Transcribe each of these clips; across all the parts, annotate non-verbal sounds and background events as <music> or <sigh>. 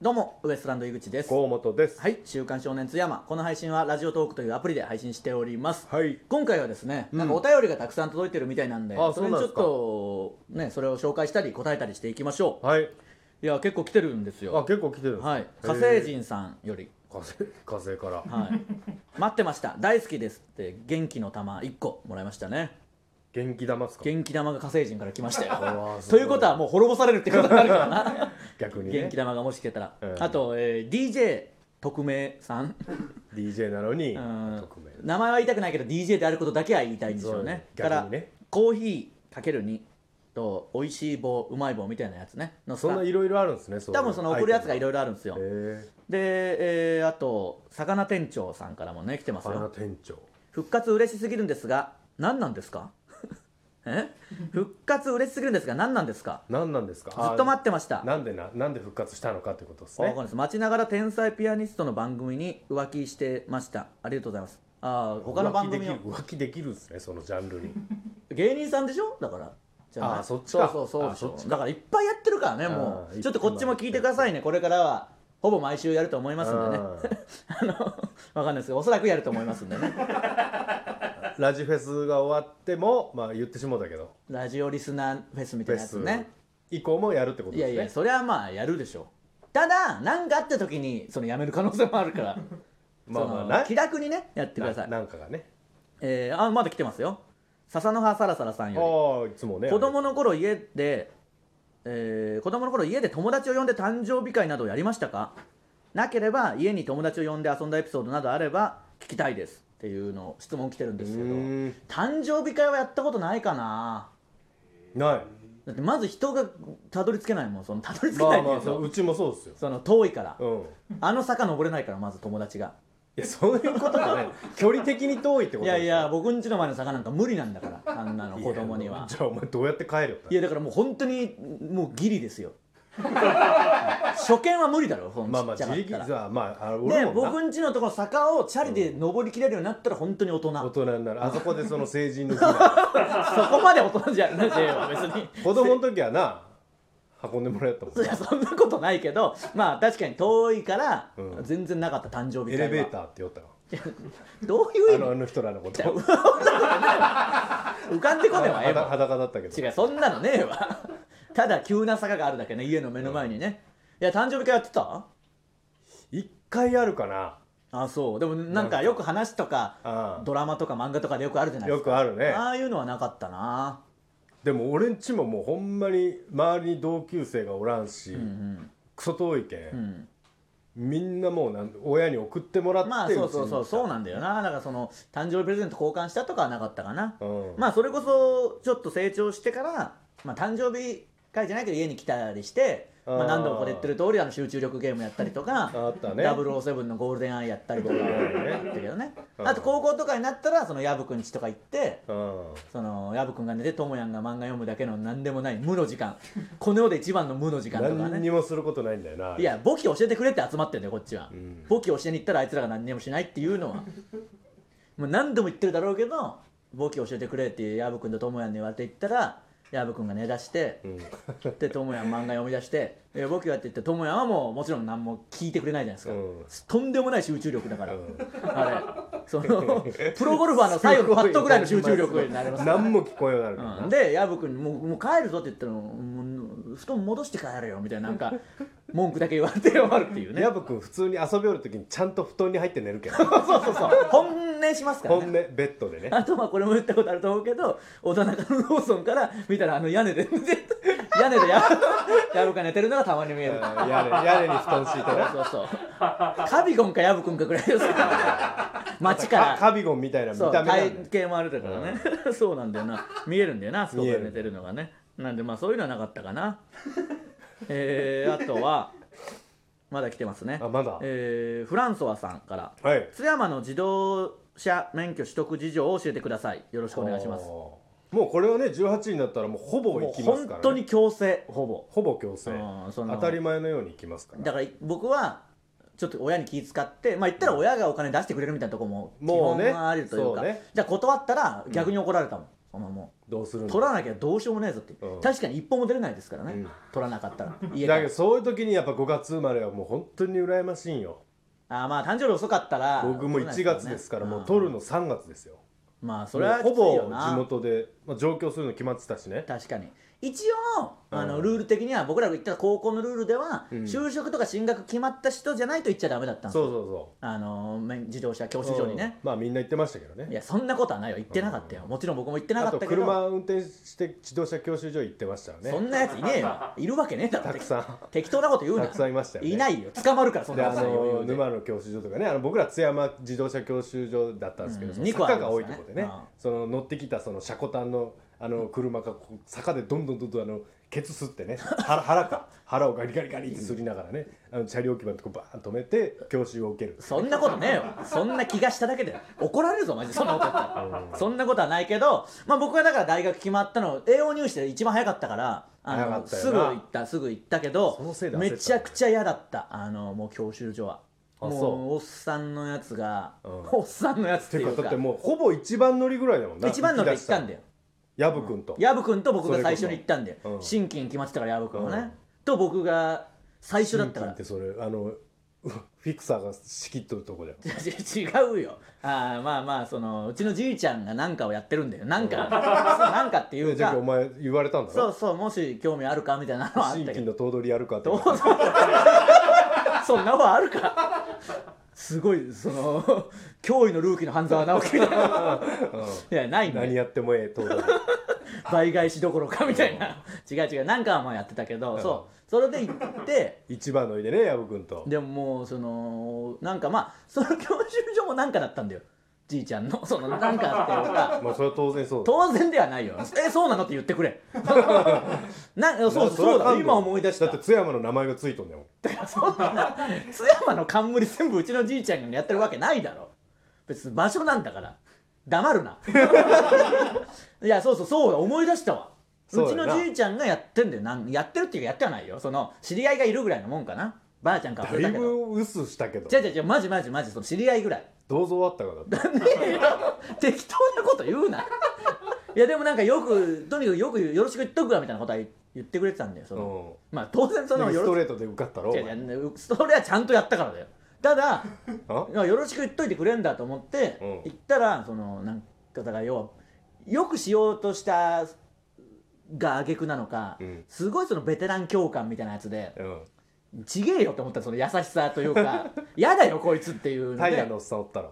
どうもウエストランド井口です河本ですはい週刊少年津山この配信はラジオトークというアプリで配信しておりますはい今回はですね、うんなんかお便りがたくさん届いてるみたいなんであそれにちょそうなんっですかとねそれを紹介したり答えたりしていきましょうはいいや結構来てるんですあよ結構来てるんですはい火星人さんより火星火星からはい、待ってました大好きですって元気の玉1個もらいましたね元気玉っすか元気玉が火星人から来ましたよわーすとごいいうことはもう滅ぼされるってことになるから <laughs> な逆に元ね気玉がもし来てたら、うんあと、えー DJ 匿名さん DJ なのにうん匿名名前は言いたくないけど DJ であることだけは言いたいんでしょうねそうかねら逆にねコーヒーかける2と美味しい棒うまい棒みたいなやつねのスそんタないろいろあるんですね多分その送るやつがいろいろあるんですよろへで、えーあと魚店長さんからもね来てますえ花よ店長復活嬉しすぎるんですが何なんですか <laughs> え復活嬉しすぎるんですが何なんですか何なんですかずっと待ってましあたなんでななんで復活したのかということですわかねんないです待ちながら天才ピアニストの番組に浮気してましたありがとうございますああ他の番組を浮気できる浮気できるんですねそのジャンルに芸人さんでしょだからじゃあーそっちかそうそうそうあでそしっょちだからいっぱいやってるからねもあうーちょっとこっちも聞いてくださいねこれからはほぼ毎週やると思いますんでねあの <laughs> わかんないですけどおそらくやると思いますんで <laughs> ねあーラジフェスが終わってもまあ言ってしもうたけどラジオリスナーフェスみたいフェなやつスね以降もやるってこといでやすねいやそれはまあやるでしょただ何かあった時にそのやめる可能性もあるから <laughs> まあまあそのな気楽にねやってくださいななんかがねえーあまだ来てますよ笹の葉さらさらさんあよりあいつもね子供の頃家で、えー子供の頃家で友達を呼んで誕生日会などをやりましたかなければ家に友達を呼んで遊んだエピソードなどあれば聞きたいですっていうのを質問来てるんですけどうーん誕生日会はやったことないかなないだってまず人がたどり着けないもんそのたどり着けまなあいっていまうあかそううちもそうですよその遠いから、うんいあの坂登れないからまず友達がやそういうことじゃ <laughs> ない距離的に遠いってこといでしやょいや僕ん家の前の坂なんか無理なんだからあんなの子供にいはやじゃあお前どうやって帰るよいやだからもう本当にもうギリです <laughs> よ初見は無理だろほんまあまあちっちゃ自かったら力じゃあまああ俺ねも僕なん家のところ坂をチャリで登りきれるようになったら本当に大人、大人になるあそこでその成人の時 <laughs> 代そこまで大人じゃないし別に <laughs> 子供の時はな運んでもらえたもんいやそんなことないけどまあ確かに遠いからうん全然なかった誕生日エ会はレベーターって言おったのどういう意あの味あの人らのこと浮かんでこねえわ絵裸も裸だったけど違うそんなのねえわ <laughs> ただ急な坂があるだけね家の目の前にね、いや誕生日会やってた一回あるかなあそうでもなんかよく話とかあドラマとか漫画とかでよくあるじゃなあいでよすかくあるねああいうのはなかったなでも俺んちももうほんまに周りに同級生がおらんし、うんクソ遠いけ、うんんみんなもうなん親に送ってもらってまあそうそうそううそうななんだよなだからその誕生日プレゼント交換したとかはなかったかな、うんまあそれこそちょっと成長してから、まあ、誕生日会じゃないけど家に来たりしてまあ、あー何度もこれ言ってる通りあの集中力ゲームやったりとか、あったね007のゴールデンアイやったりとかゴールデンアイねやったけどねうんあと高校とかになったらその薮くん家とか行ってうんその薮くんが寝てともやんが漫画読むだけの何でもない無の時間この世で一番の無の時間とか何にねもすることないんだよないや簿記教えてくれって集まってんだよこっちは、ん簿記教えに行ったらあいつらが何にもしないっていうのは <laughs> もう何度も言ってるだろうけど簿記教えてくれって薮くんとともやんに言われて行ったら薮くんが寝だして、うんでともやん漫画読み出して「え僕や」って言ってともやんはもうもちろん何も聞いてくれないじゃないですか、うんとんでもない集中力だから、うんあれそのプロゴルファーの最後のパットぐらいの集中力になりますからね何も聞こえなくなうるん、で薮君にもう「もう帰るぞ」って言ったら「もう布団戻して帰れよ」みたいななん <laughs> か文句だけ言われて終わるっていうねヤブ君普通に遊びおる時にちゃんと布団に入って寝るけ <laughs> どそうそうそう本音しますから本ね音ベッドでねあとまあこれも言ったことあると思うけど大人中のローソンから見たらあの屋根で <laughs> 屋根でや薮君が寝てるのがたまに見えるうん屋根屋根に布団敷いて <laughs> そうねそうそうカビゴンか薮君かぐらいですから街かからカビゴンみたいな見そうた目な体んだよ型もあれだからね、 <laughs> そうなんだよな見えるんだよなあそこで寝てるのがねなんでまあそういうのはなかったかな <laughs> えー、あとはまだ来てますねあまだえーフランソワさんからはい「津山の自動車免許取得事情を教えてくださいよろしくお願いします」おーもうこれはね18になったらもうほぼ行もうきます本から、ね、当に強制ほぼほぼ強制うんそ当のたり前のように行きますからだから僕はちょっと親に気遣ってまあ言ったら親がお金出してくれるみたいなとこも基もうね本はあるというかそうねじゃあ断ったら逆に怒られたもん、お前もどうするうの取らなきゃどうしようもないぞって、うん確かに一本も出れないですからね、うん取らなかった <laughs> ら家かだらけどそういう時にやっぱ5月生まれはもう本当に羨ましいんよあーまあ誕生日遅かったら僕も1月ですからもう取るの3月ですようんまあそれはきついほぼよ地な元で、まあ、上京するの決まってたしね確かに一応うんあのルール的には僕らが行った高校のルールでは、うん就職とか進学決まった人じゃないと行っちゃダメだったんですそうよそうそあの免自動車教う習所にねうんまあみんな言ってましたけどねいやそんなことはないよ行ってなかったよ、もちろん僕も行ってなかあったとけど車運転して自動車教習所行ってましたよそねんなやついねえよいるわけねえだろたくさん適当なこと言うなたくさんいましたよねいないよ捕まるからそんでなあことないよの余裕で沼の教習所とかねあの僕ら津山自動車教習所だったんですけうど、んその二個あり坂まがす多ねいところでね、うんその乗ってきたその車庫端のあの車がこう坂でどんどんどんどんあのケツ吸ってね腹 <laughs> 腹か腹をガリガリガリってすりながらねあの車両基盤のとこバーン止めて教習を受けるそんなことねえよそんな気がしただけで怒られるぞマジでそんなことやったらそんなことはないけど、まあ、僕はだから大学決まったの栄養入試で一番早かったからあの早かったよすぐな行ったすぐ行ったけどそのせいで焦っためちゃくちゃ嫌だったあのもう教習所はあもそうおっさんのやつが、うんおっさんのやつっってていいううかだかってもうほぼ一番乗りぐらいだもんな一番乗りで行ったんだよよ薮君と、薮君と僕が最初に行ったんでそれこそうん新規に決まってたから薮君はね、うんと僕が最初だったか金らってそれあの <laughs> フィクサーが仕切っとるとこだよ <laughs> 違うよあーまあまあそのうちのじいちゃんが何かをやってるんだよ何か <laughs> 何かっていうじゃあかお前言われたんだそろうそうもし興味あるかみたいなのはあっ新たけ規どの頭取やるかってそんなことあるかすごいその脅威のルーキーの半沢直樹みたい <laughs> なういやないんんだ <laughs> 何よやってもええ頭取倍返しどころかみたいな違う違う何かはまあやってたけどうんそうそれで行って一番乗りでね薮君とでももうそのなんかまあその教習所もなんかだったんだよじいちゃんのそのなんかっていうかまあそれは当然そうだ当然ではない <laughs> よえそうなのって言ってくれなそうそうれそはうだ感動今思い出しただって津山の名前がついとんだもん津山の冠全部うちのじいちゃんがやってるわけないだろ別に場所なんだから黙 <laughs> るないやそうそうそうだ思い出したわうそうちだのなじいちゃんがやってんだよなんやってるっていうかやってはないよその知り合いがいるぐらいのもんかなばあちゃんからだいぶ薄したけど違う違う違うマジマジマジその知り合いぐらい銅像あったか <laughs> らだってねえよ <laughs> 適当なこと言うないやでもなんかよくとにかくよくよろしく言っとくわみたいなことは言ってくれてたんだよその、うんまあ当然そのでもよストろレしートで受かったろおく違前う違うそれはちゃんとやったからだよただあまあよろしく言っといてくれんだと思って、うん行ったらそのなんかだから要はよくしようとしたが挙句なのか、うんすごいそのベテラン教官みたいなやつでうんちげえよと思ったその優しさというか <laughs> やだよこいつっていうのタイヤでのおっさんおったら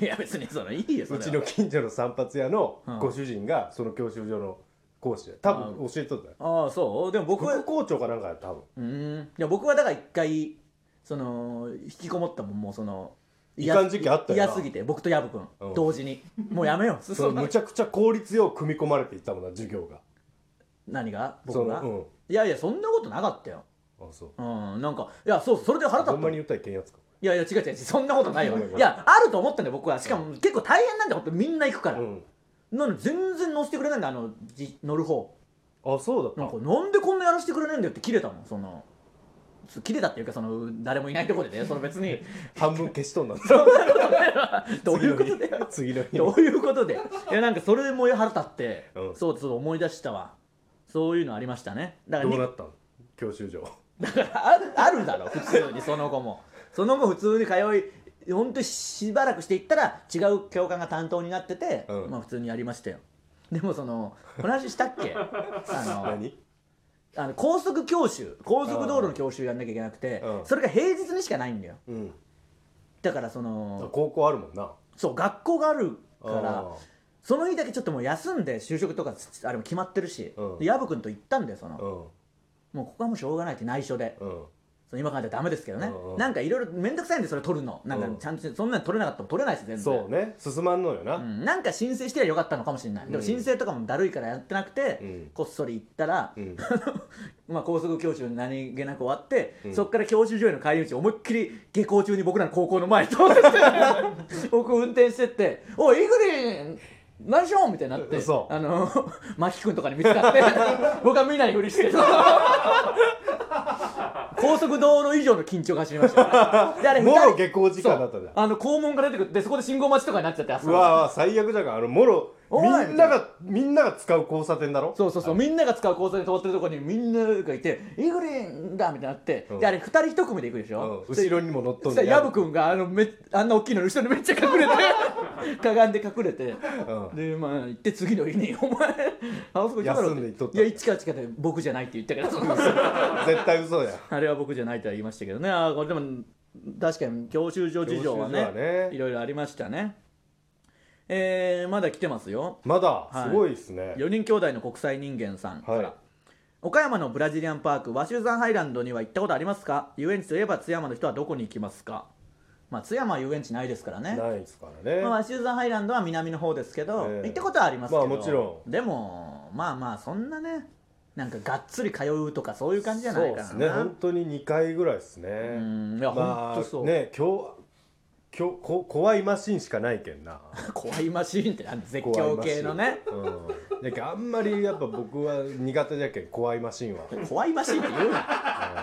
いや別にそのいいよそれうはちの近所の散髪屋のうんご主人がその教習所の講師で多分教えとったよああそうでも僕は副校長かなんかや多分うーんいや僕はだから一回その引きこもったもんもうそのいかん時期あったよな嫌すぎて僕と薮君、うん同時にもうやめよう <laughs> そのむちゃくちゃ効率よく組み込まれていったもんな授業が <laughs> 何が僕が、そのいやいやそんなことなかったようんあそううんなんかいやそうそれで腹立ほったんまのにい言ったらいけんやつかやいや違う違う違うそんなことないよごめんごめんいやあると思ったんだよ僕はしかも結構大変なんだよほんとみんな行くから、うんなのに全然乗せてくれないんだあのじ乗る方あそうだなんっかなんでこんなやらせてくれないんだよって切れたもんその切れたっていうかその誰もいないところでねその別にた半分消しとんだ <laughs> どういうことだよ次の日どういうことでいやなんかそれで燃え腹立って、うんそうそう思い出したわそういうのありましたねだからどにうなったの教習所あるあるだろ普通にその後もその後普通に通い本当にしばらくしていったら違う教官が担当になってて、うんまあ普通にやりましたよでもそのこの話したっ <laughs> けあの何あの高速教習高速道路の教習やんなきゃいけなくて、うんそれが平日にしかないんだようんだからその高校あるもんなそう学校があるからあその日だけちょっともう休んで就職とかあれも決まってるしうんで薮、君と行ったんだよその、ーうんもうここはもうしょうがないって内緒で、うんその今からじゃダメですけどね、うんうんなんかいろいろ面倒くさいんでそれ取るのなんかうんちゃんとそんなの取れなかったも取れないです全然そうね進まんのよな、うんなんか申請してりゃよかったのかもしれない、でもうん申請とかもだるいからやってなくて、うんこっそり行ったら、うん <laughs> まあ、高速教習何気なく終わって、うんそっから教習所への帰り道思いっきり下校中に僕らの高校の前通 <laughs> って僕運転してって「おいイグリン何しよう!」みたいになって嘘あの <laughs> 真木君とかに見つかって僕は見ないふりしてこ高速道路以上の緊張が走りましたよであもろ二下人校時間だったんだそうあの校門から出てくるでそこで信号待ちとかになっちゃってあそうわー最悪だからあのもろおいみんながみんなが使う交差点だろそうそうそう、みんなが使う交差点通ってるところにみんながいて「イグリーンだ!」みたいになって、うんであれ二人一組で行くでしょ、うん後ろにも乗っとそんしたねらヤブ君があのめあんな大きいのに後ろにめっちゃ隠れて <laughs> かがんで隠れてうんでまあ行って次の日に「お前あそこ行ったろ」休んで行っとったいや一か八かで僕じゃないって言ったけど絶対嘘やあれは僕じゃないとは言いましたけどねあーこれでも確かに教習所事情はね教習所はねいろいろありましたねえー、まだ来てますよまだいすごいですね4人兄弟の国際人間さんから、はい岡山のブラジリアンパーク和州山ハイランドには行ったことありますか遊園地といえば津山の人はどこに行きますかまあ津山は遊園地ないですからねないですからねまあ、和州山ハイランドは南の方ですけど、ええ行ったことはありますけど、まあもちろんでもまあまあそんなねなんかがっつり通うとかそういう感じじゃなそういかでらなすね本当に2回ぐらいですねんいやまあ本当そうね今日今日こ怖いマシンしかないけんな怖いマシーンってなんで絶叫系のねうん、だけどあんまりやっぱ僕は苦手じゃけん怖いマシンは怖いマシーンって言うな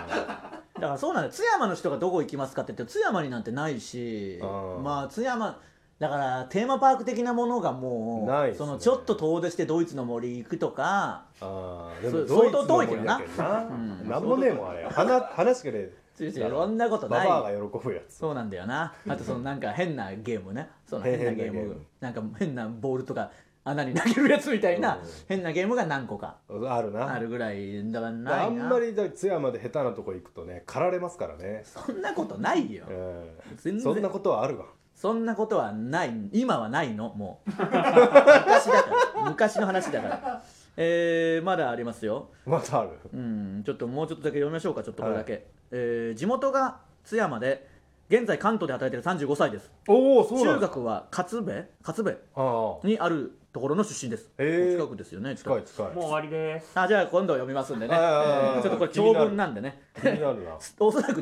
だからそうなんだよ津山の人がどこ行きますかって言って津山になんてないしうんまあ津山だからテーマパーク的なものがもうないっすねそのちょっと遠出してドイツの森行くとかあーでそうドイツ相当遠いけどの森なやけどななんもねえもんあれ話話しかねえ違う違うそんなことバないバアが喜ぶやつそうなんだよなあとそのなんか変なゲームねそのへ変なゲー変なゲームムなんか変なボールとか穴に投げるやつみたいなうん変なゲームが何個かあるなあるぐらいだからないなあんまりだ津山で下手なとこ行くとね狩られますからね、そんなことないようん全然そんなことはあるわそんなことはない今はないのも <laughs> う昔だから昔の話だからえー、まだありますよまたあるうんちょっともうちょっとだけ読みましょうかちょっとこれだけ、えー地元が津山で現在関東で働いてる35歳ですおおそう中なんだ学は勝部勝部ああにあるところの出身です、へー近くですよね近い近いもう終わりです。あじゃあ今度読みますんでね、はいはいはいはいちょっとこれ長文なんでね気になるなおそらく